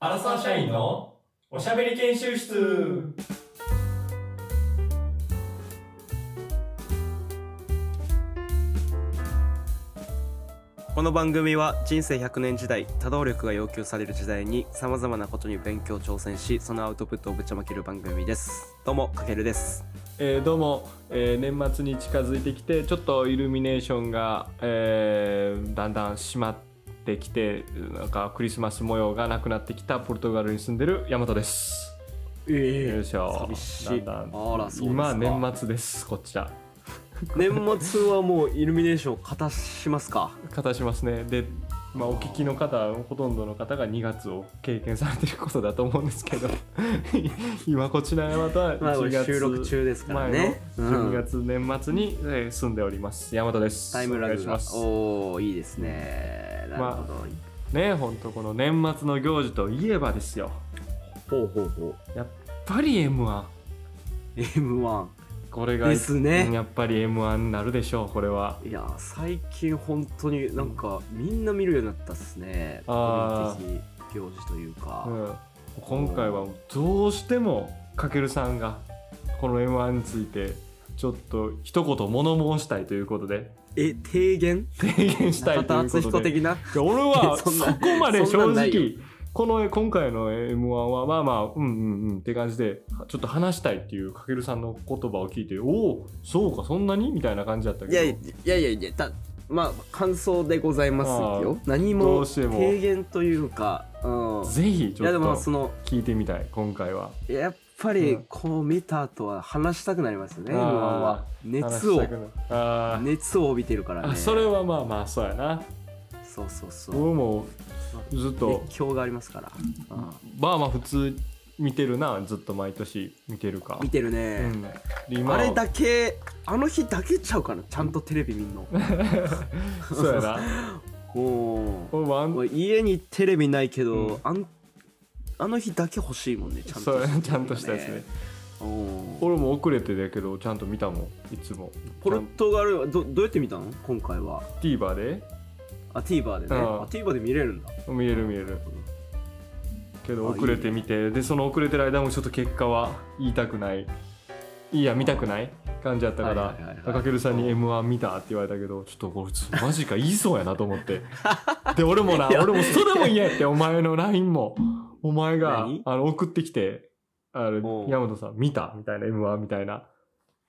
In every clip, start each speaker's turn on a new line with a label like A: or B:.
A: アラサー社員のおしゃべり研修室
B: この番組は人生100年時代多動力が要求される時代にさまざまなことに勉強挑戦しそのアウトプットをぶちまける番組ですどうもかけるです
C: えーどうも、えー年末に近づいてきてちょっとイルミネーションが、えーだんだん閉まってきてなんかクリスマス模様がなくなってきたポルトガルに住んでる大和ですよいしょ
B: 寂しい
C: だんだん
B: あらそうですか
C: 今年末ですこっちは
B: 年末はもうイルミネーションをかたしますか
C: 片しますねでまあ、お聞きの方ほとんどの方が2月を経験されてることだと思うんですけど 今こちらは
B: まあ
C: 1月
B: 収録中ですからね
C: 前の
B: う
C: 12
B: ん
C: 月年末にえー住んでおります大和です
B: タイムラグ
C: お願
B: が
C: いします
B: おおいいですねなるほど、
C: ねえほんとこの年末の行事といえばですよ
B: ほうほうほう
C: やっぱり m 1
B: M1
C: これが
B: ですね
C: うんやっぱり m 1になるでしょうこれはい
B: やー最近本当になんかみんな見るようになったっすね
C: あ
B: 個人的行事というか、
C: うん、今回はどうしてもかけるさんがこの m 1についてちょっと一言物申したいということで
B: え提言
C: 提言した いと
B: 中
C: いう
B: 田
C: こ
B: 敦
C: と
B: 彦
C: で
B: 的ない
C: や俺はそ
B: そんな
C: こまで
B: そんな
C: 正
B: んないよ
C: 直この今回の m 1はまあまあうんうんうんって感じでちょっと話したいっていうかけるさんの言葉を聞いておおそうかそんなにみたいな感じだったけ
B: い
C: ど
B: やいやいやいやたまあ感想でございます
C: あ
B: よ何
C: ど
B: も
C: うしても
B: 提言というかうん
C: ぜひ
B: い
C: ち
B: やで
C: ょ
B: も
C: っ
B: そ
C: と
B: の
C: 聞いてみたい今回は
B: やっぱりこう見た後は話したくなりますよね、
C: あー
B: M1 は熱
C: 話
B: を
C: したくなるあー
B: 熱を帯びてるからね
C: あそれはまあまあそうやな
B: そうそうそう
C: 僕もずっと
B: 熱狂がありますから、うん
C: まあまあ普通見てるなずっと毎年見てるか
B: 見てる
C: う
B: ね、
C: んで今
B: あ
C: は
B: れだけあの日だけちゃうかなちゃんとテレビ見 んの
C: そうやな
B: お
C: 俺ワン
B: お家にテレビないけど、
C: うん
B: あんあの日だけ欲しいもんねちゃん
C: そ
B: と
C: う
B: したテレビね
C: ちゃんとしたやつね
B: おー
C: 俺も遅れてだけどちゃんと見たもんいつも
B: ポル
C: ち
B: トガルはどどうやって見たの今回
C: ゃ
B: は
C: ん TVer で
B: あ TVer でね
C: うん
B: あ TVer で見れるんだ
C: 見える見えるけど
B: あいいね
C: 遅れて見てでその遅れてる間もちょっと結果は言いたくないいいや見たくない感じやったか
B: はいはいはいはい
C: らかけるさんに「m 1見た?」って言われたけどちょっとこれマジか言いそうやなと思って で俺もない
B: や
C: 俺もそれも嫌やってお前の LINE もお前が
B: 何
C: あの送ってきて「あ
B: お
C: の
B: う
C: 山本さん見た?」みたいな「m 1みたいな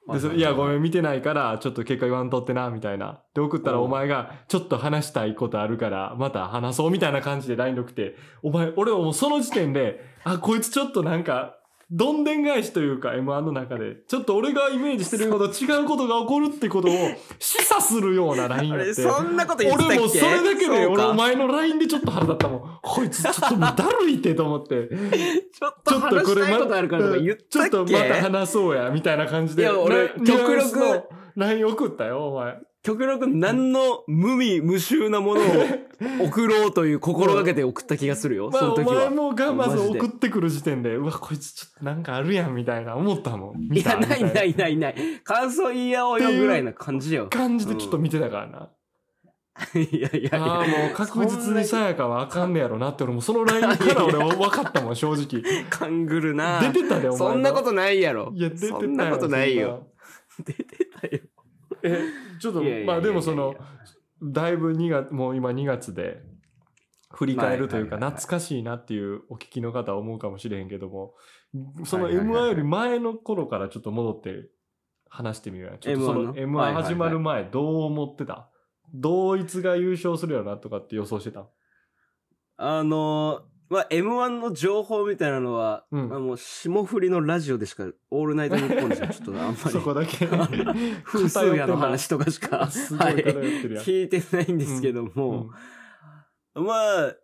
B: は
C: で
B: い
C: そ
B: は
C: れ
B: い
C: いやごめん見てないからちょっと結果言わんとってなみたいなで送ったら
B: うん
C: お前がちょっと話したいことあるからまた話そうみたいな感じで LINE で送ってお前俺はもうその時点であこいつちょっとなんかどんでん返しというか M1 の中でちょっと俺がイメージしてることと違うことが起こるってことを示唆するような LINE
B: あ
C: や
B: れ
C: って
B: そんなこと言ってたっけ
C: 俺もそれだけで
B: そう
C: 俺
B: か
C: お前の LINE でちょっと腹立ったもんこいつちょっともうだるいってと思って
B: ちょっ
C: ち
B: と
C: ょっと
B: 話
C: これ
B: したい
C: ま
B: ことあるからとか言ったっけ
C: ちょっとまた話そうやみたいな感じで
B: いや俺
C: なニュアンス
B: 極力
C: の LINE 送ったよお前
B: 極力何の無味無臭なものを送ろうという心がけて送った気がするよ、
C: ま
B: そ
C: あ
B: の
C: お
B: 時
C: 前
B: は。
C: もがま
B: マ
C: ず
B: ジで
C: 送ってくる時点でうわこいつちょっとなんかあるやんみたいな思ったもん
B: い
C: 見た
B: や、ない
C: みた
B: ないいないない。感想言い合おうよぐらいな感じよ
C: な。感じでちょっと見てたからな、
B: いやいやい
C: ああ
B: や、
C: もう確実にさやかはあかんねやろなって俺もその LINE から俺は分かったもん正直
B: 勘ぐるな。
C: 出てたでお前
B: そんなことないやろ。
C: いや出てたよ
B: そんなことないよ。 出てたよ。
C: そんなえちょっと
B: いやいやいやいや
C: まあでもそのだいぶ2月もう今2月で振り返るというか
B: はいはいはいはい
C: 懐かしいなっていうお聞きの方は思うかもしれへんけどもその
B: はいはい
C: m
B: はい
C: 1
B: はい
C: より前の頃からちょっと戻って話してみようやちょっと
B: M1
C: その
B: の
C: m
B: は
C: 1
B: いはいはい
C: 始まる前どう思ってた同一が優勝するよなとかって予想してた
B: あのー、まあ、M1 の情報みたいなのは、
C: うん
B: まあもう霜降りのラジオでしか、オールナイトニッポンじゃちょっとあんまり
C: そ、こだけ
B: 風数屋の話とかし か、
C: すごい
B: はい、
C: 偏ってるやん
B: 聞いてないんですけども、
C: うん
B: まあ、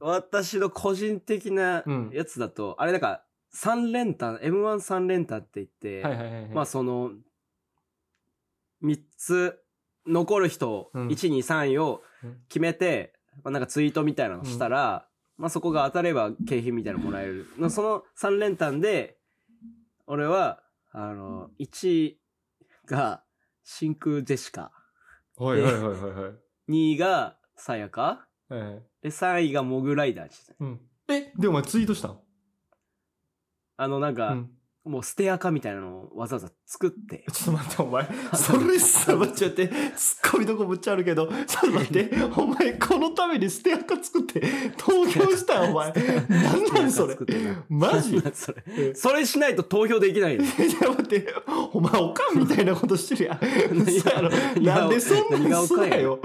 B: 私の個人的なやつだと、あれだから、三連単、M13 連単って言って、
C: はいはいはいはい
B: まあその、三つ残る人、
C: うん
B: 一二三位を決めて、まあなんかツイートみたいなのしたら、まあそこが当たれば景品みたいなのもらえる。のその三連単で、俺は、あの、一位が真空ジェシカ、
C: はいはいはいはいはい
B: 二位がさやか、
C: ええ
B: で、3位がモグライダーでしたね。
C: うんえ、で、お前ツイートしたん
B: あの、なん
C: う
B: か、
C: ん。
B: もう捨て垢みたいなのをわざわざ作って。
C: ちょっと待って、お前。それさ、待っちゃって、ツッコミどこぶっちゃあるけど、ちょっと待って、お前、このためにステアカ作って、投票したんお前。なんなんそれ
B: 捨。て垢作ってな
C: マジ
B: それ。
C: え
B: それしないと投票できないよ。
C: いや待って、お前おかんみたいなことしてるやん。
B: 何
C: 嘘やろ
B: 何が
C: なんでそんなんすな
B: 何が
C: よ。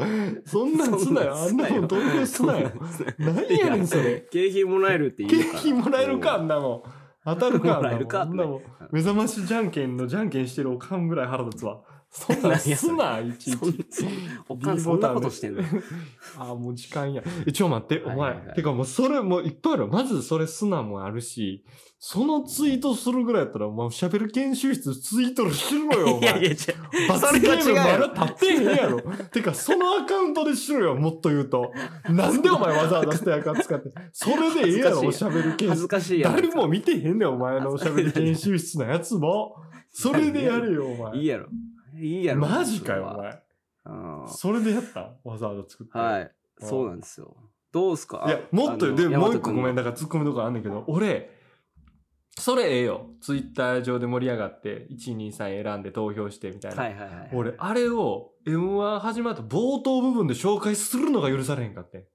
C: そんなんすなよ。あんなもん投票すなよ。何やねんそれ。
B: 景品もらえるって言
C: 景
B: うから。
C: 品もらえるか、あんなもん。当たるか、あん
B: もら
C: な
B: える
C: も
B: か
C: ん。あんなもん
B: うん
C: 目覚ましじゃんけんのじゃんけんしてるおかんぐらい腹立つわ。そんなんすな、いち
B: そ
C: い
B: ん。
C: ち。
B: そんおかんそんなことしてんの。
C: ああ、もう時間や。え、ちょ、待って、お
B: はい
C: 前
B: はいはい。
C: てかもうそれもういっぱいあるよ。まずそれ素直もあるし、そのツイートするぐらいやったら、お前喋る研修室ツイートしろよ、お
B: いやい
C: 前。
B: や、違う。
C: 罰ゲー
B: そ
C: ム
B: れは違う
C: ま
B: よ
C: だ立ってへんやろ。てか、そのアカウントでしろよ、もっと言うと。なんでお前わざわざステアカ使って。それでええやろ、お
B: 恥
C: し
B: ず
C: ゃべる研
B: 恥
C: 修
B: ずかしいやん
C: 誰も見てへんねん、お前のおしゃべる研修室のやつも。それでやれよ、お前。
B: いいやろ。いいやろ。
C: マジかよ、お
B: それは
C: 前。
B: うん
C: それでやったわざわざ作って。
B: はい。そうなんですよ。どうすか
C: いや、もっとよ、で、
B: あの
C: もう一個ごめん、
B: 大
C: だから突っ込みとこあんねんけど、俺、それええよ。ツイッター上で盛り上がって、1、2、3選んで投票してみたい
B: 和
C: な。
B: 君のはいはいはい。
C: 俺、あれを M1 始まった冒頭部分で紹介するのが許されへんかって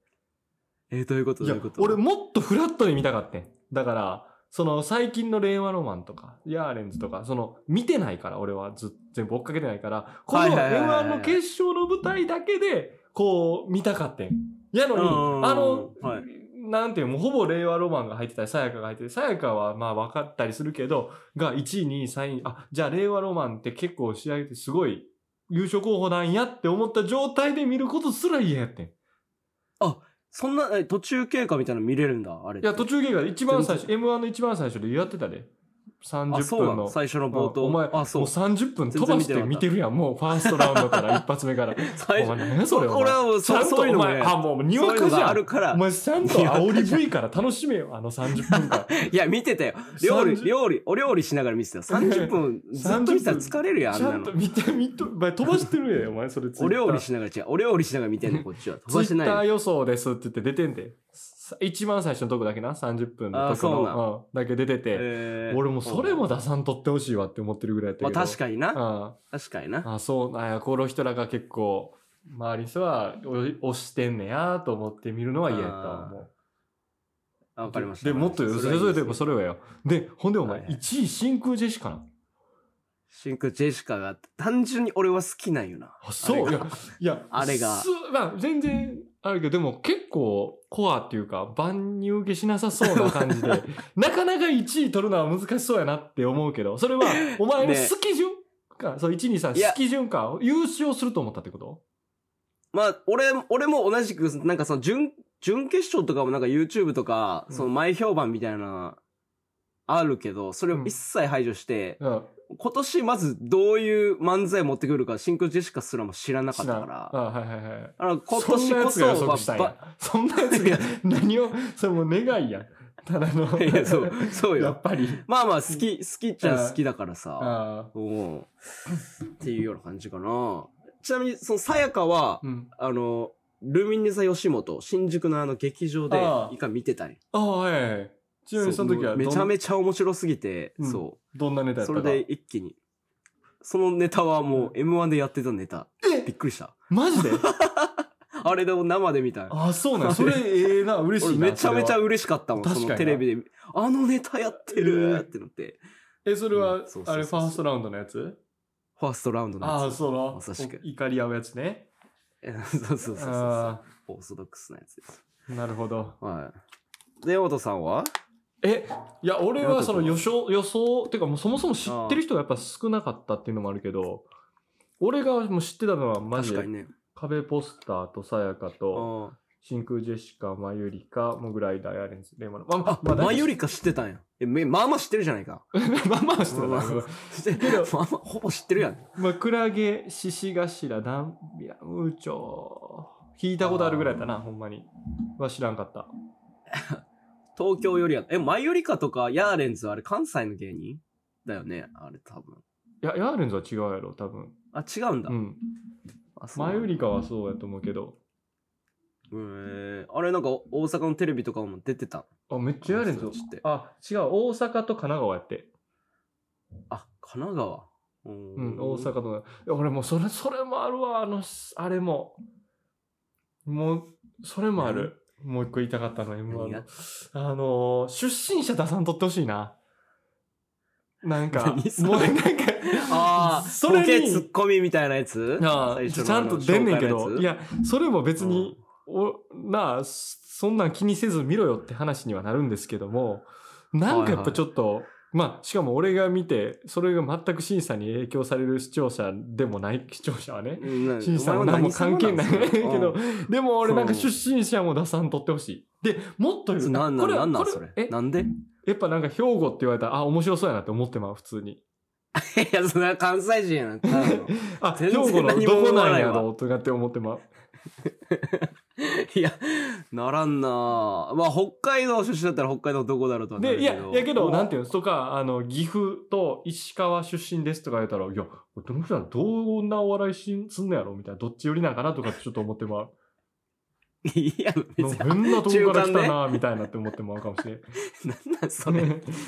B: え、どういうこと
C: ん。い
B: どう
C: や
B: いうこ、と
C: 俺もっとフラットに見たかってん。だから、その最近の令和ロマンとか、ヤーレンズとか、その見てないから、俺はずっ全部追っかけてないから、この
B: はいはいはいはい
C: M1 の決勝の舞台だけで、こう、見たかってん。やのに、
B: うん
C: あの、
B: はい
C: なんていうのもうほぼ令和ロマンが入ってたり、さやかが入ってたり、さやかはまあ分かったりするけど、が1位、2位、3位、あ、じゃあ令和ロマンって結構仕上げてすごい優勝候補なんやって思った状態で見ることすら嫌やってん。い
B: そんな、え途中経過みたいなの見れるんだ、あれって。
C: や、途中経過で一番最初、M1 の一番最初でやってたで。
B: あ、
C: 30
B: そうな
C: 分
B: の
C: の。
B: 最初の冒頭。
C: うんお前、
B: あ、そ
C: も
B: う
C: う。30分飛ばして見てるやん、もうファーストラウンドから、一発目から。
B: 最
C: お
B: 初、
C: 前何やそれお前
B: 俺はもう
C: ちゃ
B: そ
C: んと
B: そういうの
C: お
B: も
C: 前
B: ね、
C: あ、もう、に
B: そ
C: わ
B: ういうの
C: かじ
B: が
C: ゃ
B: あ
C: ん
B: る。か
C: お
B: ら、
C: 前、ちゃんと煽り V から楽しめよ、あの30分間。
B: いや、見てたよ。 料理、料理、お料理しながら見てたよ。30分、ずっと見てたら疲れるやん、あん
C: ちゃ
B: なんの
C: と。見てみと、お前飛ばしてるやん、お前、それツイッター。
B: お料理しながら違う。お料理しながら見てんの、こっちは。飛ばしてない
C: ツイッタ
B: の
C: ー。予想ですって言って出てんで。さ一番最初のとこだけな、30分の
B: あー
C: とこ
B: そうなん
C: の、うんだけ出てて。
B: えー
C: 俺もそれも出さんとってほしいわって思ってるぐらいやった
B: ま
C: け
B: あ
C: ど。
B: 確かにな。
C: あ
B: 確かにな。
C: あ、そう、ああ、この人らが結構、周りの人はお押してんねやと思って見るのは嫌やったわ
B: あー
C: もう
B: あわかりました。
C: で、もっとよ、それぞれでもそ
B: れ。
C: れはよ。で、ほんでお前、
B: はいはい
C: 1位真空ジェシカな。
B: 真空ジェシカが、単純に俺は好きなんよな。
C: あ、そういや、いや、
B: あれが
C: すまあ、全然、あるけど、でも結構コアっていうか、万人受けしなさそうな感じ で、なかなか1位取るのは難しそうやなって思うけど、それは、お前の
B: ね
C: 好き順か、そう、1、2、
B: い
C: 3、
B: や
C: 好き順か、優勝すると思ったってこと
B: まあ、俺、俺も同じく、なんかその、準、準決勝とかもなんか YouTube とか、
C: うん
B: その前評判みたいな、あるけど、それを一切排除して、
C: うん。
B: 今年まずどういう漫才持ってくるか、真空ジェシカすらも知らなかった
C: 知らん
B: から。
C: あ、はいはいはい。
B: あの今年
C: そんなや
B: こそ
C: つが予測したん
B: ば
C: や。そんなやつが、何を、それもう願いや。ただの
B: ば、 いや、そう、そう
C: や
B: よ。
C: っぱり。
B: まあまあ、好き、好きっちゃ好きだからさ。
C: あ
B: うん。っていうような感じかな。ちなみに、その、さやかは
C: あ。、うん。
B: あの、ルミネ座吉本、新宿のあの劇場で
C: ああ、
B: 一回見てたんよ
C: ああ、はいはい。ちなみにその時は
B: そ
C: ど
B: う
C: ん、
B: めちゃめちゃ面白すぎて、
C: うん
B: そ
C: どんなネタ
B: う
C: やった
B: そ
C: か
B: れで一気にそのネタはもう m 1でやってたネタびっくりした
C: マ ジで
B: あれでも生で見た
C: あ、そうなん。それ、ええな、嬉し
B: 俺
C: いな。
B: めちゃめちゃ
C: それは
B: 嬉しかったもん
C: 確か
B: そ
C: にな
B: のテレビであのネタやってるーってなって
C: え、それは
B: うんそうそう、そう
C: あれ、ファーストラウンドのやつ
B: ファーストラウンドの
C: あ
B: や
C: あ、
B: つ
C: その
B: ま、さしく
C: 怒り合うやつね。
B: そうそうそうそうそう
C: あ
B: オーソドックスなやつです
C: あ、なるほど。
B: はいで大和さんは
C: え、いや、俺はその
B: どういう
C: 予
B: こ
C: 想、予想、てかもうそもそも知ってる人がやっぱ少なかったっていうのもあるけど、俺がもう知ってたのはマジ
B: 確か
C: で
B: に、ね
C: 壁ポスターとさやか
B: あ
C: と、
B: ー
C: 真空ジェシカ、マユリカ、モグライダー、ヤーレンズ、レイマの。ま
B: あ、前よりか知ってたんやえめまあまあ知ってるじゃないか
C: まあまあ知ってた
B: ま
C: な
B: あまあ知って
C: けど
B: まあまあほぼ知ってるやん
C: まあ、クラゲ、シシガシラ、ダンビラムーチョ。弾いたことあるぐらいだな、ほんまに。は知らんかった。
B: 東京よりや、え、前よりかとか、ヤーレンズはあれ関西の芸人だよね、あれ多分。
C: いや、ヤーレンズは違うやろ、多分。
B: あ、違うんだ。
C: うん。
B: あそう
C: マユリカはそうやと思うけど。
B: えー、あれなんか大阪のテレビとかも出てた。
C: あ、めっちゃやれんぞ
B: あの人たちって。
C: あ、違う、大阪と神奈川やって。
B: あ、神奈川。うん
C: うん、大阪。とか。俺もうそれ、それもあるわ、あの、あれも。もう、それもある。もう一個言いたかったの、M1
B: 何
C: の
B: が。
C: あのー、出身者出さんとってほしいな。なんか、
B: 何それ
C: もうなんか、
B: ああ、
C: そ
B: そ
C: れ
B: れ
C: に
B: ボケツッコミみたいなやつ
C: なあ
B: 最初
C: ち
B: の
C: ゃ
B: あ
C: ん
B: の
C: と出んねんけ
B: 紹介の
C: ど、
B: やつ
C: いや、それも別に
B: う、
C: おなあ、そそんなん気にせず見ろよって話にはなるんですけども、なんかやっぱちょっと、まあ、しかも俺が見て、それが全く審査に影響される視聴者でもない、 視聴者はね。
B: うんな
C: 審査
B: お
C: は
B: 前
C: 何も
B: 何
C: 関
B: 様
C: 係ない
B: んす
C: け
B: か
C: ど
B: うん、
C: でも俺なんか
B: うん
C: 出身者も出さんとってほしい。で、もっと言
B: そうれなんなん
C: これ
B: なんなん
C: こ
B: それ
C: え、
B: なんで い
C: やっぱなんか兵庫って言われたら、あ、面白そうやなって思ってまう、普通に。
B: や、それは関西人や な。ただの
C: あ、兵
B: 全然
C: 庫の
B: 何も
C: どこ
B: 思わ
C: なん
B: ない
C: や
B: わ
C: ろうとかって思ってまう。
B: いや、ならんなあまあ、北海道出身だったら北海道どこだろうとはなる
C: で、いや、いやけど、なんて
B: いう
C: いうのとか、あの、岐阜と石川出身ですとか言ったら、いや、どの人はどんなお笑いしんすんのやろみたいな、どっち寄りなんかなとかってちょっと思ってまう。
B: いや、
C: なん
B: 別
C: か
B: に、
C: 変なとこから来た
B: 中
C: な、みたいなって思ってまうかもしれん。
B: なんなんそ れ。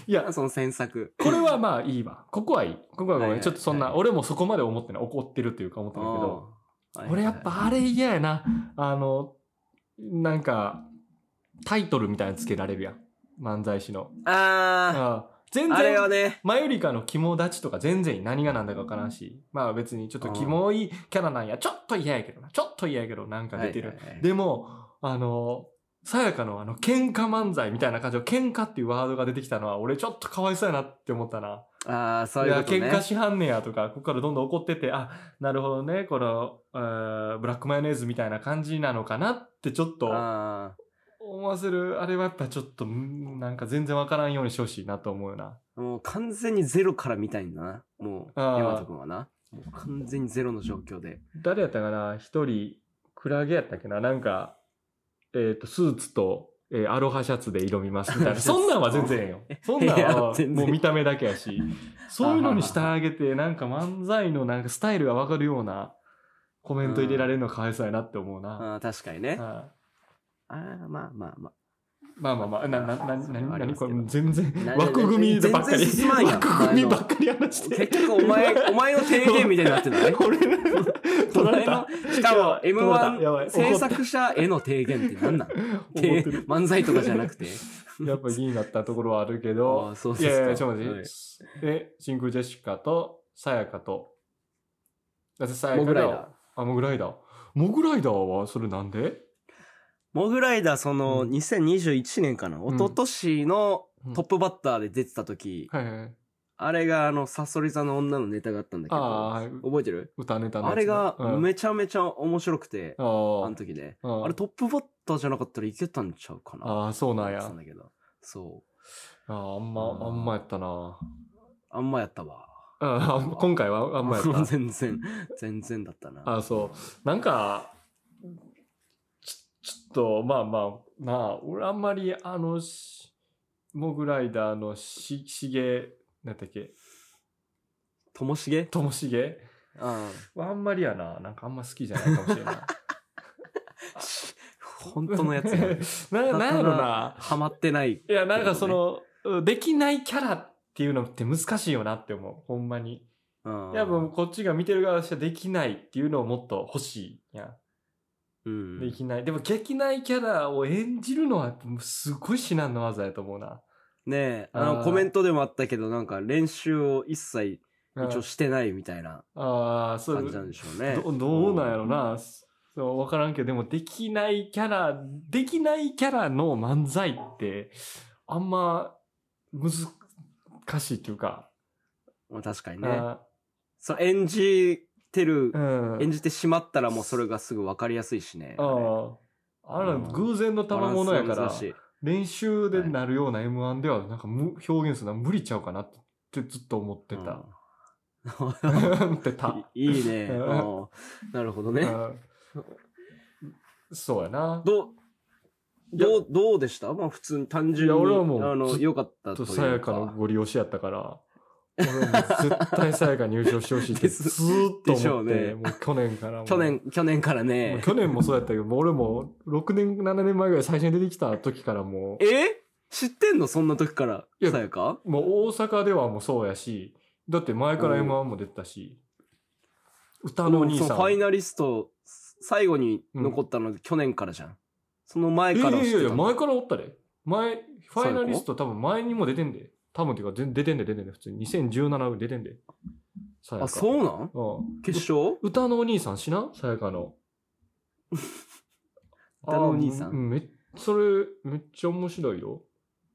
C: いや、
B: その詮索。
C: これはまあいいわ。ここはいい。ここはご
B: はい
C: め
B: は
C: ん。
B: い
C: ちょっとそん
B: は
C: な、
B: い
C: 俺もそこまで思ってない。怒ってるっていうか思ってるけど。
B: ああ
C: 俺やっ、ぱあれ嫌やな。あの、なんか、タイトルみたいなのつけられるやん。漫才師の。
B: はいはいあ
C: ああ全
B: あ、あれは
C: 然、
B: ね、
C: マユリカの肝立ちとか全然いい何が何だか分からんし。まあ別にちょっとキモいキャラなんや。ちょっと嫌やけどな。ちょっと嫌やけどなんか出てる。
B: はいはいはい
C: でも、あの、さやかのあの、喧嘩漫才みたいな感じの喧嘩っていうワードが出てきたのは、俺ちょっとかわいそうやなって思ったな。
B: ああ、そう
C: い
B: いう
C: や、
B: ことね。
C: 喧嘩しはんねやとか、ここからどんどん怒ってて、あ、なるほどね、この、えーブラックマヨネーズみたいな感じなのかなってちょっと
B: あ
C: 思わせる、あれはやっぱちょっと、んなんか全然わからんようにしてほしいなと思うよな。
B: あ、もう完全にゼロから見たいんだな。もう、
C: ああ
B: 山田君はな。もう完全にゼロの状況で。
C: 誰やったかな一人、クラゲやったっけななんか、えっ、と、スーツと、えーアロハシャツで挑みますみ たいな。そんなんは全然ええよ。そんなん
B: いや
C: は
B: 全然
C: もう見た目だけやし。そういうのにしてあげて、なんか漫才のなんかスタイルがわかるようなコメント入れられるのかわいそうやなって思うな。
B: ああ、確かにね。あ
C: はい
B: あ、まあまあまあ。
C: まあまあまあ、な、な、な、
B: そ
C: な、
B: れは
C: な、
B: あり
C: に
B: ます
C: こ
B: け
C: れ
B: ど
C: 全然
B: な、
C: 枠組みばっかり
B: 全然進まん、やん
C: 枠組みばっかり話して。。
B: 結局、お前、お前の提言みたいになってるね
C: 俺の、取られた。
B: しかも
C: やばいやばい
B: M1
C: 怒った
B: 制作者への提言って何なん
C: 怒って
B: て
C: る。
B: 漫才とかじゃな くて。
C: やっぱ気になったところはあるけ
B: あ
C: ど
B: あ、そう
C: い
B: ですか
C: やいや、ちょっと待
B: は
C: っ
B: い
C: て。え、真空ジェシカと、さやかと、だってさや
B: モ
C: か
B: グライダー
C: が、あ、モグライダー。モグライダーは、それなんで
B: モグライダー、その、
C: うん
B: 2021年かな、
C: ん
B: 一昨年の
C: うん
B: トップバッターで出てた時、
C: はいはい。
B: あれがあの、サソリ座の女のネタがあったんだけど、
C: ああ、
B: 覚えてる
C: 歌ネタのやつ
B: あれが
C: うん
B: めちゃめちゃ面白くて、
C: あ
B: あ
C: ー
B: の時ね。
C: うん
B: あれトップバッターじゃなかったらいけたんちゃうかな。
C: あー、そうなんや
B: 思って。たんだけど。そう。
C: あーあんま、
B: うん
C: あんまやったな。
B: あんまやったわ。
C: ああ今回はあんまやった。
B: 全然、全然だったな。
C: あそう。なんか、ちちょっと、まあまあ、なあ、俺あんまり、あの、しモグライダーのし、しげ、なんだっけ、
B: ともしげ
C: ともしげ
B: うん。
C: はあんまりやな。なんかあんま好きじゃないかもしれない。
B: 本当のやつや。
C: つ な、なんやろな。
B: ハマってない。
C: いや、なんかその、うんできないキャラっていうのって難しいよなって思う。ほんまに。
B: うん。
C: やっぱこっちが見てる側としてはできないっていうのをもっと欲しいやん。
B: うん。
C: できない。でも、できないキャラを演じるのは、やっぱすごい至難の技やと思うな。
B: ねえ、あ
C: あー
B: の、コメントでもあったけど、なんか練習を一切
C: うん
B: 一応してないみたいな
C: ああ、そう
B: 感じなんでしょうね。
C: ど。どうなんやろな。そう、わからんけど、でも、できないキャラ、できないキャラの漫才って、あんま、難しいっていうか。
B: うん。まあ確かにね。
C: あ
B: そう、演じてる
C: ー、うん。
B: 演じてしまったらもうそれがすぐ分かりやすいしね。
C: あーあら、偶然の賜物やか
B: バラン
C: ら
B: スが難し、い
C: 練習でなるような M1 では、なんか無、表現するのは無理ちゃうかなってずっと思ってた。
B: うん
C: ってた。
B: いいいね。
C: うん
B: うんなるほどね。
C: うんそうやな。
B: どう、どう、どうでしたまあ普通に単純
C: いや
B: に、
C: 俺はもう
B: あ
C: ずっ
B: の、
C: と
B: 良かった
C: と
B: というか。
C: さやかのご利用しやったから、俺もう絶対さやか入賞してほしいって
B: です
C: ずーっと
B: でしょ
C: 思っ
B: う
C: て、
B: ね
C: もう去年からもう
B: 去年、去年から
C: もう
B: ね。
C: 去年もそうやったけど、もう俺も6年、7年前ぐらい最初に出てきた時からも
B: え知ってんのそんな時から
C: い、や
B: さやか
C: う、もう大阪ではもうそうやし、だって前から
B: うん
C: M1 も出てたし、歌
B: あ
C: のお兄
B: その
C: さん。
B: ファイナリスト、最後に残ったので去年からじゃん。その前
C: いやい
B: から
C: や
B: 知っ
C: い
B: て
C: や
B: た
C: いや、
B: の
C: 前からおったで。前、ファイナリスト多分前にも出てんで。多分っていうか、全出てんで出てんで、普通に。2017出てんで。さやか。
B: あ、そうなん
C: うん
B: 決勝
C: 歌のお兄さんしなさやかの。
B: 歌のお兄さん
C: あーうめそれ、めっちゃ面白いよ。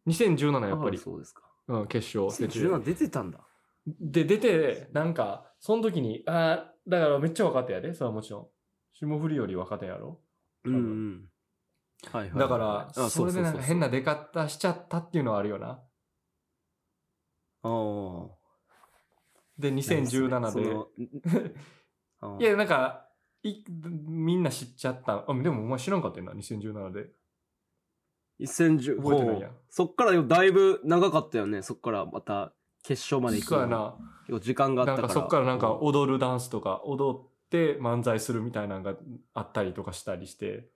C: 2017やっぱり
B: あ、そうですか。
C: うん、決勝出て
B: 17出てたんだ。
C: で、出て、なんか、その時に、ああ、だからめっちゃ若手やで、それはもちろん。霜降りより若手やろ。
B: うんうん。はいはい。
C: だから、
B: あ
C: それでなんか変な
B: あ
C: 出方しちゃったっていうのはあるよな。
B: あー。
C: で、2017で。
B: その
C: いや、なんか、いみんな知っちゃった。あでもお前知らんかったよな、2017で。
B: 1010
C: 覚えてないやん
B: ほうそっからでもだいぶ長かったよねそっからまた決勝まで行く
C: そうや
B: の
C: な。
B: 結構時間があっ
C: なん
B: たから
C: かそっからなんか
B: うん
C: 踊るダンスとか、踊って漫才するみたいなのがあったりとかしたりして。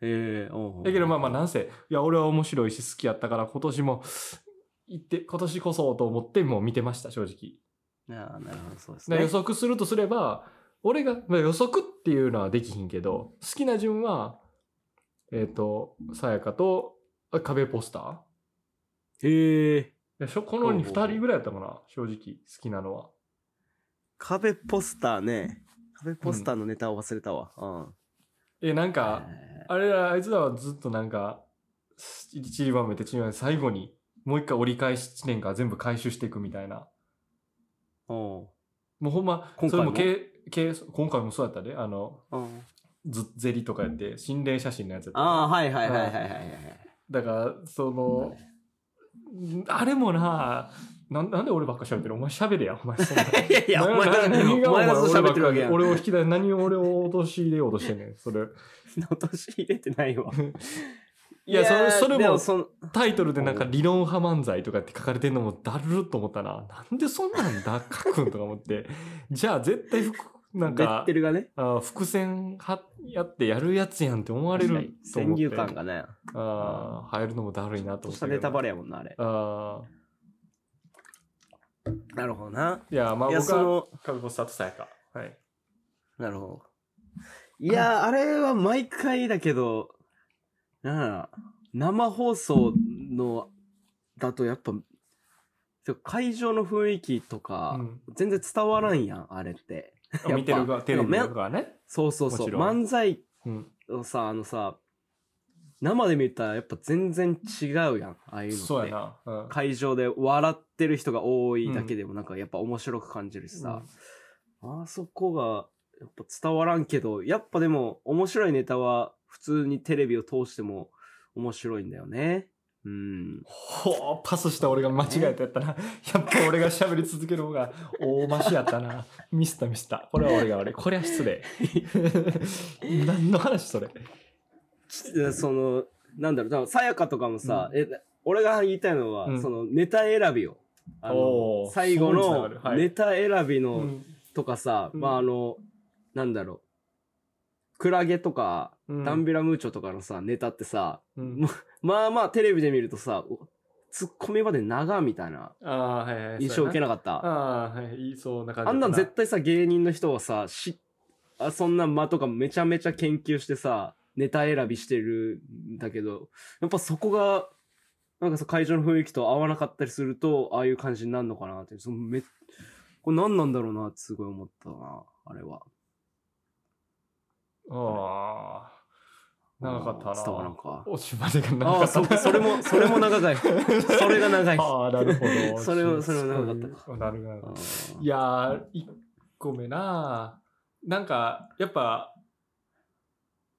B: ええおうおう
C: だけどまあまあなんせ、いや俺は面白いし好きやったから今年も行って、今年こそと思ってもう見てました、正直。
B: ああなるほどそうです
C: だから予
B: ね
C: 測するとすれば、俺が、まあ、予測っていうのはできひんけど、好きな順は、えっ、と、さやかと、あ壁ポスター
B: ええ
C: いやしょこの
B: ほ
C: 2
B: うほうほう
C: 人ぐらいやったかな、正直、好きなのは。
B: 壁ポスターね壁ポスターのネタを忘れたわうん
C: え、なんか、
B: え
C: あれら、あいつらはずっとなんか、ちちりばめてちりばめて、最後に、もう一回折り返し地点から全部回収していくみたいな。
B: ーおう
C: もうほんま、
B: 今回も
C: それもけけ今回もそうやったで、あの、
B: うん
C: ずゼリとかやって、心霊写真のやつやった。
B: ああはいはいはいはいはいはい
C: だからそのあれもななんなんで俺ばっか喋ってるお前喋れやお前 そんな
B: いやいやお前
C: な
B: が
C: 何
B: お前がそう
C: 俺ば
B: 喋
C: っ
B: っ
C: か
B: てるわけやん
C: 俺を引き出し何を俺を陥れようとしてんねんそれ
B: 年 入れてないわ
C: いや
B: ー
C: それそれも
B: でその
C: タイトルでなんか理論派漫才とかって書かれてんのもだるると思ったななんでそんなんだ書くんとか思って じゃあ絶対ふくなん
B: ベ
C: か
B: ッテルがね
C: あ伏線はやってやるやつやんって思われると思
B: 先
C: って
B: 入観がね
C: あー入るのもだるいなと
B: そ
C: 思っ
B: したた
C: けど
B: ネタバレやもんなあれ
C: あ
B: なるほどな
C: ーいやまあ
B: いや
C: 僕
B: そ
C: は
B: の
C: カブポスターとさやかはい
B: なるほど。いやー、あれは毎回だけど、なんだろうな生放送の、だとやっぱ、そう会場の雰囲気とか、
C: うん
B: 全然伝わらんやん、あれって。やっぱ
C: 見てる側、テレビ見てる側ね。
B: そうそうそ
C: も
B: う。
C: ちろん
B: 漫才
C: うん。
B: のさ、あのさ、生で見たらやっぱ全然違うやん、ああいうのって。
C: そうやな。うん。
B: 会場で笑ってる人が多いだけでもなんかやっぱ面白く感じるしさ、あそこがやっぱ伝わらんけどやっぱでも面白いネタは普通にテレビを通しても面白いんだよねうん
C: ほう、パスした俺が間違えて やったな。やっぱ俺が喋り続ける方が大ましやったな。ミスったミスった。これは俺が悪い。これは失 礼。何の話それ。
B: ちょそのなんだろう多分さやかとかもさ、え俺が言いたいのは、
C: うん
B: そのネタ選びをあ
C: お
B: の
C: ー
B: 最
C: そう
B: 後
C: に
B: の
C: つながるはい
B: ネタ選びの、
C: うん
B: とかさ、
C: うん
B: まああのなんだろうクラゲとか、
C: うん
B: ダンビラムーチョとかのさネタってさ
C: うん
B: もまあまあテレビで見るとさおツッコミまで長みたいな
C: ああ、はいはい。
B: 印象受け
C: な
B: なかった
C: ああ、はい。いいそうな感じ
B: あんなん絶
C: 対。
B: 対さ芸人の人はさしあそんな間とかめちゃめちゃ研究してさネタ選びしてるんだけどやっぱそこがなんかさ会場の雰囲気と合わなかったりするとああいう感じになるのかなってそのめこれ何なんだろうなってすごい思ったなあれは
C: ああ。長かったな。
B: 伝わらんか
C: おしまでが長
B: あ
C: か
B: あ
C: ったな。
B: そそれもそれも長か いそれが長い
C: ああ、なるほど。
B: それをそれをなかった
C: か。なるほど。
B: あー
C: いやー、1個目なーなんか、やっぱ、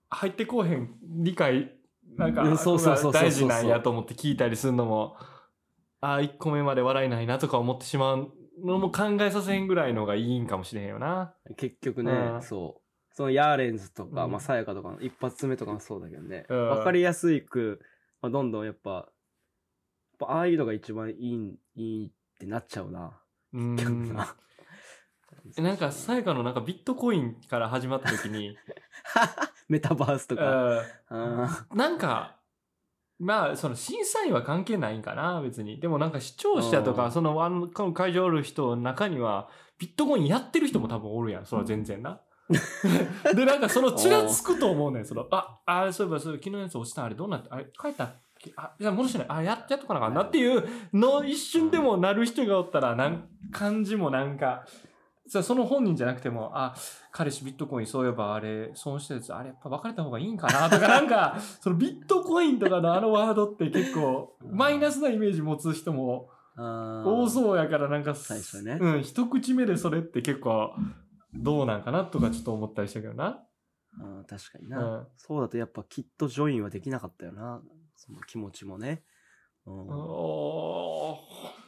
C: 入ってこうへん理解、なんか、
B: うんそうそうそうそうそう
C: 大事なんやと思って聞いたりするのも、ああ、1個目まで笑いないなとか思ってしまうのも考えさせへんぐらいのがいいんかもしれへんよな。
B: 結局ね、
C: うん
B: そう。そのヤーレンズとか、
C: うん
B: まあ、さやかとかの一発目とかもそうだけどね。
C: うん
B: わ、かりやすいく、まあ、 どんどんやっぱ、やっぱああいうのが一番いいん、いいってなっちゃうな。
C: うーん えなんか、さやかのなんかビットコインから始まった時に、
B: メタバースと
C: え
B: か。
C: ー
B: あ
C: なんか、まあ、その審査員は関係ないんかな、別に。でもなんか視聴者と
B: う
C: か、
B: ん
C: そのあの会場おる人の中には、ビットコインやってる人も多分おるやん、それは全然な。で、なんかそのちらつくと思うねん、その、あ、あ、そういえば、そう昨日のやつ落ちた、あれどうなって、あれ帰ったきあ、じゃあ戻してない、あ、や、やっとかなあかんなっていうの一瞬でもなる人がおったら、なん、感じもなんか、そその本人じゃなくても、あ、彼氏ビットコインそういえばあれ、損したやつ、あれやっぱ別れた方がいいんかなとか、なん か、そのビットコインとかのあのワードって結構、マイナスなイメージ持つ人も
B: あー
C: 多そうやから、なんか、
B: 最初ね
C: うん、一口目でそれって結構、どうなんかなとかちょっと思ったりしたけどな。
B: あー確かに
C: う
B: な、
C: ん。
B: そうだとやっぱきっとジョインはできなかったよな。その気持ちもね。うん。
C: おー、こ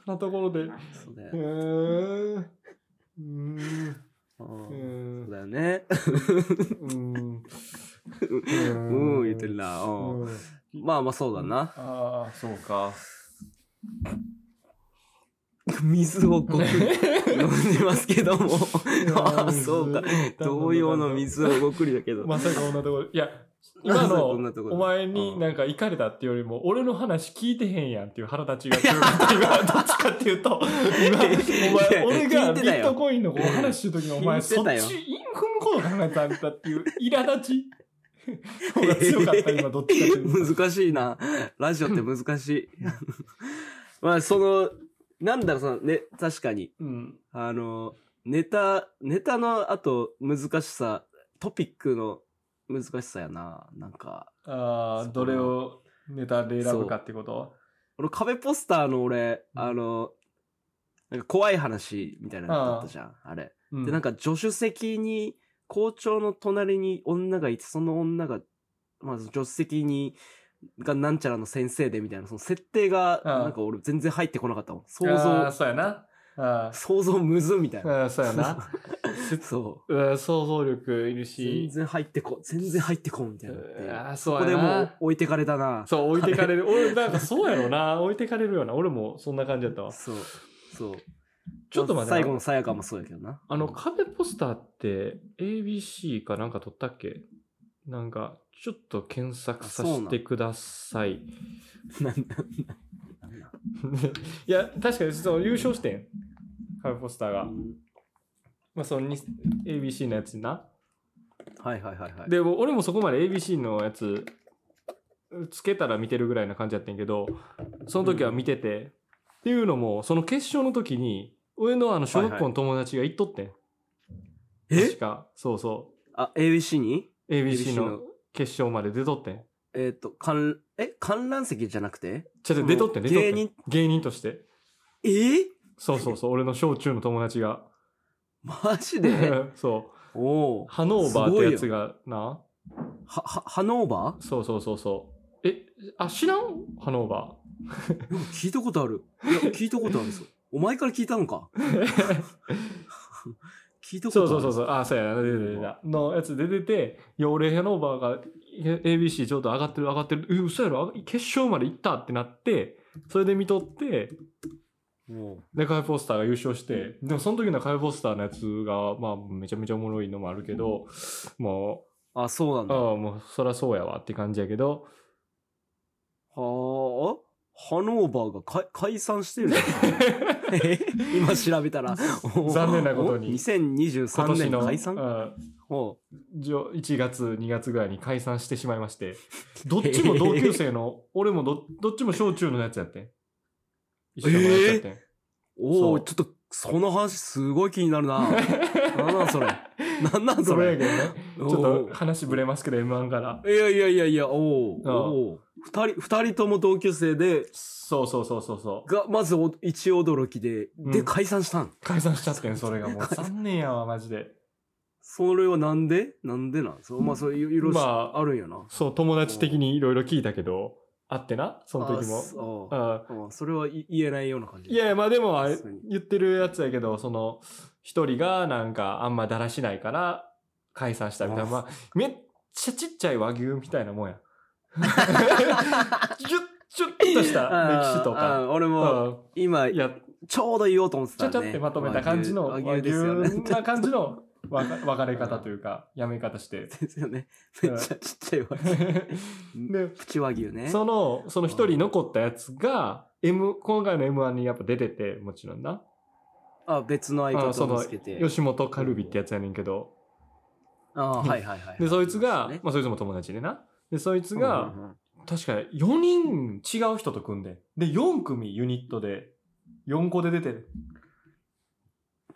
C: んなところ で、う
B: そうだよ。
C: ーん、うーん、うー、
B: うんそうんだよね。
C: うーん、
B: うん、
C: う
B: 言ってるな。うん。
C: うん
B: まあまあそうだな。
C: ああ、そうか。
B: 水をごく飲んでますけども。ああ、そうか。同様の。水をごくりだけど。
C: まさかこんなところ。いや、今
B: まさか
C: の
B: こんなところ
C: お前になんか行かれたっていうよりも、俺の話聞いてへんやんっていう腹立ちが強かった。 今、どっちかっていうと、今、お
B: い
C: 前、
B: や
C: 俺
B: 聞
C: が
B: い
C: ビ
B: てた
C: ッ
B: よ
C: トコインのお話してる時に、お前、
B: 聞
C: そ
B: いて
C: ったち、イ
B: よ
C: ンフムこと考えたんだっていう、苛立 ち。方が強かった、今、どっちかっていうと。
B: 難しいな。ラジオって難 しい。まあ、その、なんだろう、その、ね、確かに。
C: うん。
B: あの、ネタ、ネタの後、難しさ、トピックの難しさやな。なんか、
C: ああ、どれをネタで選ぶかってこと
B: 俺、壁ポスターの俺、あの、なんか怖い話みたいなのだったじゃん、あれ。
C: う
B: で、なんか助手席に、校長の隣に女がいて、その女が、まず助手席に、がなんちゃらの先生でみたいな、その設定が、
C: ああ
B: なんか俺全然入ってこなかったもん。想
C: あー
B: 像、
C: そうやな。あ
B: 想像むずみたいな。
C: ーあー、そうやな。
B: そ
C: うん想像力いる
B: う。全
C: し、
B: 然入ってこ、全然入ってこんみたいなのって。
C: ああ、
B: こ
C: そ
B: こ
C: う
B: で
C: や
B: もう
C: な。
B: 置いてかれたな。
C: そう、置いてかれる。 俺、なんかそうやろな。置いてかれるよな。俺もそんな感じだったわ。
B: そう。そう。
C: ちょっと待ってな
B: 最後のさやかもそうやけどな。
C: あの、壁ポスターって、ABC かなんか撮ったっけなんか、ちょっと検索させてください。
B: なんだ
C: いや、確かに、その優勝してん。壁ポスターが。まあ、そのに ABC のやつにな。
B: はいはいはいはい。
C: でも俺もそこまで ABC のやつつけたら見てるぐらいな感じやってんけどその時は見てて、っていうのもその決勝の時に上のあの小学校の友達が行っとってん、
B: え
C: 確かそうそ
B: あ、ABC に
C: う ABC の
B: ABC
C: 決勝まで出とってん
B: えっ、と、観、え、観覧席じゃなくて
C: ちょっと出とってん
B: そ
C: 出
B: の
C: とってん
B: 芸人
C: 芸人として
B: え
C: そうそう そう俺の小中の友達が
B: マ ジで
C: そう
B: おお。
C: ハノーバーってやつがな
B: は、は、ハノーバ
C: そうそうそうそうえあ知らんハノーバ
B: ーなんか聞いたことある。いや、聞いたこと あるぞ。お前から聞いたのか。
C: ー
B: 聞いたこと
C: そう
B: ある。
C: そうそうそう、あ、そうやな、出て出た。のやつ出てて、いや、俺、ヘノーバーがえ ABC ちょっと上がってる、上がってる、え、嘘やろ、あ決勝まで行ったってなって、それで見とって、
B: おう
C: で、カイポスターが優勝して、でもその時のカイポスターのやつが、まあ、めちゃめちゃおもろいのもあるけど、も
B: あ、そうなん
C: う、
B: だ。は
C: ああ、もう、そらそうやわって感じやけど、
B: あ。ハノーバーがか解散して るえ今調べたら。
C: 残念なことに
B: お2023
C: 今年
B: 年
C: の、
B: 解散
C: うん
B: おう
C: じょ1月2月ぐらいに解散してしまいましてどっちも同級生 の俺もどどっちも小中のやつやってん一緒のやつやってん、
B: お
C: そう
B: うちょっと、その話すごい気にな るな。なんなんそれ。なんなんそ
C: それ
B: れ
C: や。けどねちょっと話ぶれますけど M1 から
B: いやいやいやいや、おう
C: ああ
B: おう二人、二人とも同級生で、
C: そうそうそうそうそう
B: が、まずお一驚きで、
C: うん
B: で、解散したん。
C: 解散しちゃってんそれがもう 残念やわマジで
B: それはなんでなんでなんそう、まあ、そういう、いろい
C: ま
B: ろ
C: あ
B: あるんやな。
C: そう友達的にいろいろ聞いたけどあってなその時
B: あ
C: も
B: そう
C: あ
B: ああそれはい言えないような感じ。
C: いやいやまあでもあれ
B: 普通に
C: 言ってるやつやけどその一人がなんかあんまだらしないから解散したみたいな
B: あ
C: まあめっちゃちっちゃい和牛みたいなもんや ちょちょっとした歴史と
B: ああ
C: か
B: 俺も、
C: う
B: 今
C: ん、い、や
B: ちょうど言おうと思って
C: ち
B: た
C: ょ
B: ん
C: ち
B: で、
C: ょってまとめた感じの
B: 和
C: 和牛
B: 牛ですよね。
C: な感じのわか分かれ方というか、やめ方 して。
B: ですよね。めっちゃちっちゃい和牛。
C: で、
B: プチ和牛ね。
C: その、その一人残ったやつが、M、今回の M1 にやっぱ出てて、もちろんな。
B: あ、別の相
C: あ
B: 方
C: そ
B: を
C: の
B: 見つけて。
C: 吉本カルビってやつやねんけど、
B: あはいはいはい。
C: で、そいつが、
B: ね
C: まあそいつも友達でな。で、そいつ
B: うん
C: が
B: う、んうん
C: 確か4人違う人と組んで、で、4組ユニットで、4個で出てる。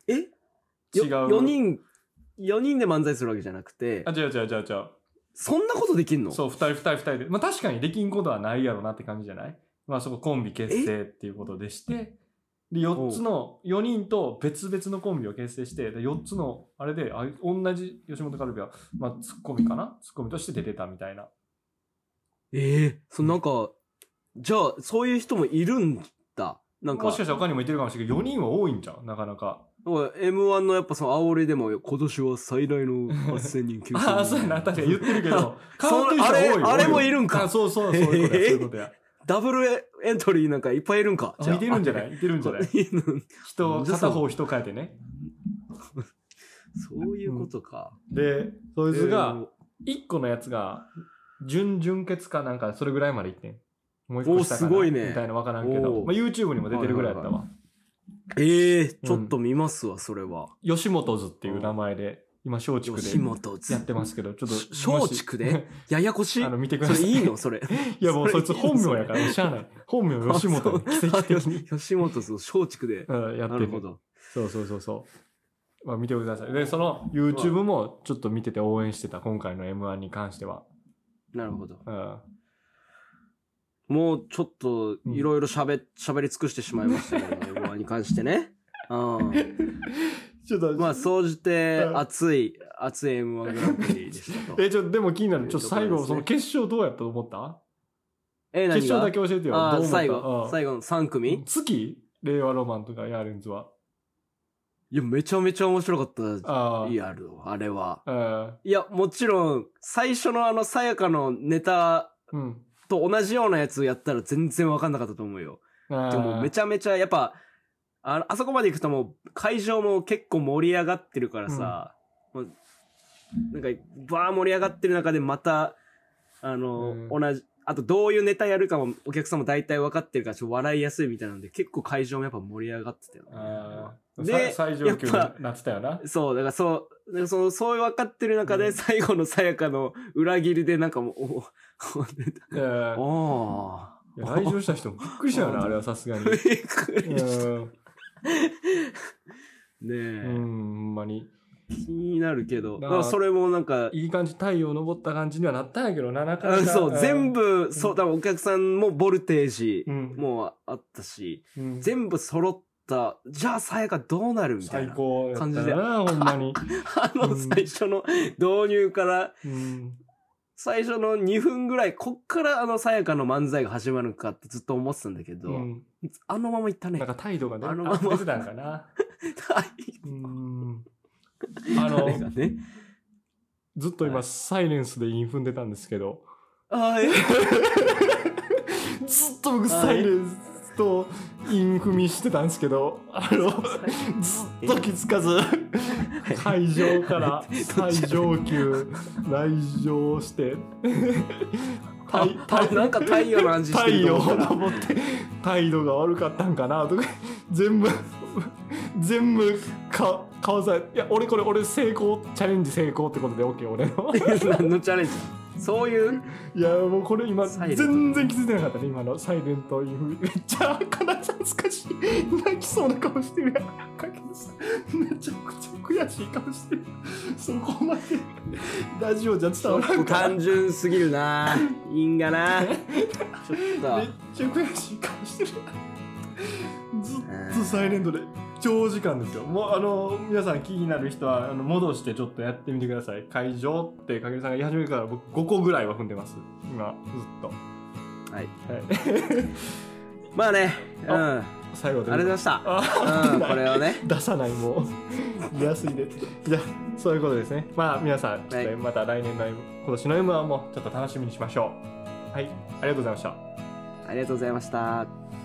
B: え
C: 違う。
B: 4人、4人で漫才するわけじゃなくて
C: あ、、違う違う違う違う。
B: そんなことできんの
C: そう、二人二人二人で。まあ確かにできんことはないやろなって感じじゃないまあそこコンビ結成っていうことでして、で、4つの、4人と別々のコンビを結成して、で、4つの、あれで、あ同じ吉本カルビは、まあツッコミかなツッコミとして出てたみたいな。
B: ええそなんか、じゃあ、そういう人もいるんだ。なんか、
C: もしかしたら他にもいてるかもしれないけど、4人は多いんじゃんなかなか。
B: なんか M1 のやっぱその煽りでも、今年は最大の8000人、9000 人。
C: ああ、そうやな。確かに言ってるけど、
B: そ
C: 変わってる人多いよ
B: あれあれもいるんか
C: あそうそう、そういうことや。
B: へ
C: そ
B: え
C: ういうことや。
B: ダブルエントリーなんかいっぱいいるんか。
C: あいてるんじゃないいいてるんじゃない人、
B: じゃあそ
C: 片
B: う
C: 方人変えてね。
B: そういうことか。
C: で、そいつが
B: えー、
C: 一個のやつが、準々決かなんか、それぐらいまでいってん。もう一
B: お
C: 個
B: ー
C: したか
B: す
C: な
B: ごいね
C: みたいなわからんけど、
B: おー
C: まあ、YouTube にも出てるぐらいやったわ。
B: はええちょっと見ますわ、それは。
C: 吉本図っていう名前で、今、松竹
B: 吉
C: で
B: 本つ
C: やってますけど、ちょっと。
B: し
C: もし
B: 松竹でややこし い
C: あ。の、見てく
B: そ
C: だ
B: れ
C: さい。
B: いいのそれ。
C: いや、もうそいつ
B: それいいの。
C: 本名やから、しゃあない。本名吉本に奇跡的に
B: 吉本そう松竹で。
C: うん、やっ
B: な
C: て
B: るほ
C: る。
B: ど。
C: そうそうそうそう。まあ、見てください。で、その YouTube もちょっと見てて応援してた、今回の M1 に関しては。
B: なるほど。
C: うん。
B: もうちょっといろいろ喋喋り尽くしてしまいましたけど、M1 に関してね。 うん。
C: ちょっと
B: まあ、総じて
C: うん
B: 熱い、熱い M1 グランプリでしたと。
C: え、ちょっとでも気になる。ちょっと最
B: という
C: 後、
B: こ
C: そ
B: とですね
C: の決勝どうやったと思った
B: え、
C: 決
B: 何
C: 勝
B: が
C: だけ教えてよ。どう
B: あ
C: 思
B: ー
C: った
B: 最後、
C: 後。
B: 最後の3組
C: 月令和ロマンとかヤーレンズは。
B: いや、めちゃめちゃ面白かった。
C: ああ。
B: リアル、あれは。
C: うん。
B: いや、もちろん、最初のあの、さやかのネタ
C: うん。
B: と同じようなやつやったら全然わかんなかったと思うよ。でもめ
C: ゃ
B: ちゃめちゃやっぱああそこまで行くともう会場も結構盛り上がってるからさ、もうなんかバー盛り上がってる中でまたあの、
C: うん
B: 同じあとどういうネタやるかもお客さんも大体分かってるからちょっと笑いやすいみたいなんで結構会場もやっぱ盛り上がってたよね。
C: で、
B: で
C: 最上級に
B: やっ
C: なってたよな。
B: そう、だからそう、だからそのそう分かってる中
C: う
B: で
C: ん
B: 最後のさやかの裏切りでなんかもう、おお、
C: うん
B: おー
C: いや来場した人もびっくりした よな、あれはさすがに。
B: びっくりした。ね
C: うん
B: え。
C: うん、ほんまに。
B: 気になるけど、
C: なあ
B: まあそれもなんか、
C: いい感じ、太陽昇った感じにはなったんやけどな、なかな
B: あ
C: か。
B: そう、全
C: 部、
B: 部、そう、多分お客さんもボルテージ
C: うん
B: もあったし、
C: うん
B: 全部揃った、じゃあさやかどうなるみたい
C: 最
B: な。
C: 高やったな、ほんま に。
B: あ
C: う
B: の
C: ん
B: 最初の導入から、
C: うん
B: 最初の2分ぐらい、こっからあのさやかの漫才が始まるかってずっと思ってたんだけど、
C: うん
B: あのままいったね
C: なん。か態度がね、
B: あのまま
C: 出てたんかな。うーん。あ
B: あれ
C: の
B: が、ね。
C: ずっと今、
B: はい
C: サイレンスでイン踏んでたんですけど、
B: あーえ
C: ずっと僕、サイレンスとイン踏みしてたんですけど、あの、ずっと気づかず、会場から最上級、来場して、
B: あ あなんか太陽の話し
C: 太
B: てると
C: 陽を
B: 思ったら
C: 登って態度が悪かったんかなとか全部全部か顔さいや俺これ俺成功チャレンジ成功ってことで OK 俺の
B: 何のチャレンジそういう、
C: いやもうこれ今
B: サイレント
C: 全然気づいてなかったね今のサイレントインフめっちゃかなちゃん恥ずかしい泣きそうな顔してるやんかけさめちゃくちゃ悔しい顔してるそこまでラジオじゃ伝わらんから
B: 単純すぎるないいんがなちょっ
C: めっちゃ悔しい顔してるずっとサイレントで長時間ですよもうあの皆さん気になる人はあの戻してちょっとやってみてください会場ってかけるさんが言い始めてから僕5個ぐらいは踏んでます今ずっ
B: とはい
C: と、 はい、
B: まあねうん
C: あ
B: あ
C: 最後
B: り
C: で
B: がとうございましたうんこれをね
C: 出さないもう安いでじゃあそういうことですねまあ皆さんちょっ
B: は
C: と
B: い
C: また来年の M 今年の M はもうちょっと楽しみにしましょうはいありがとうございました
B: ありがとうございました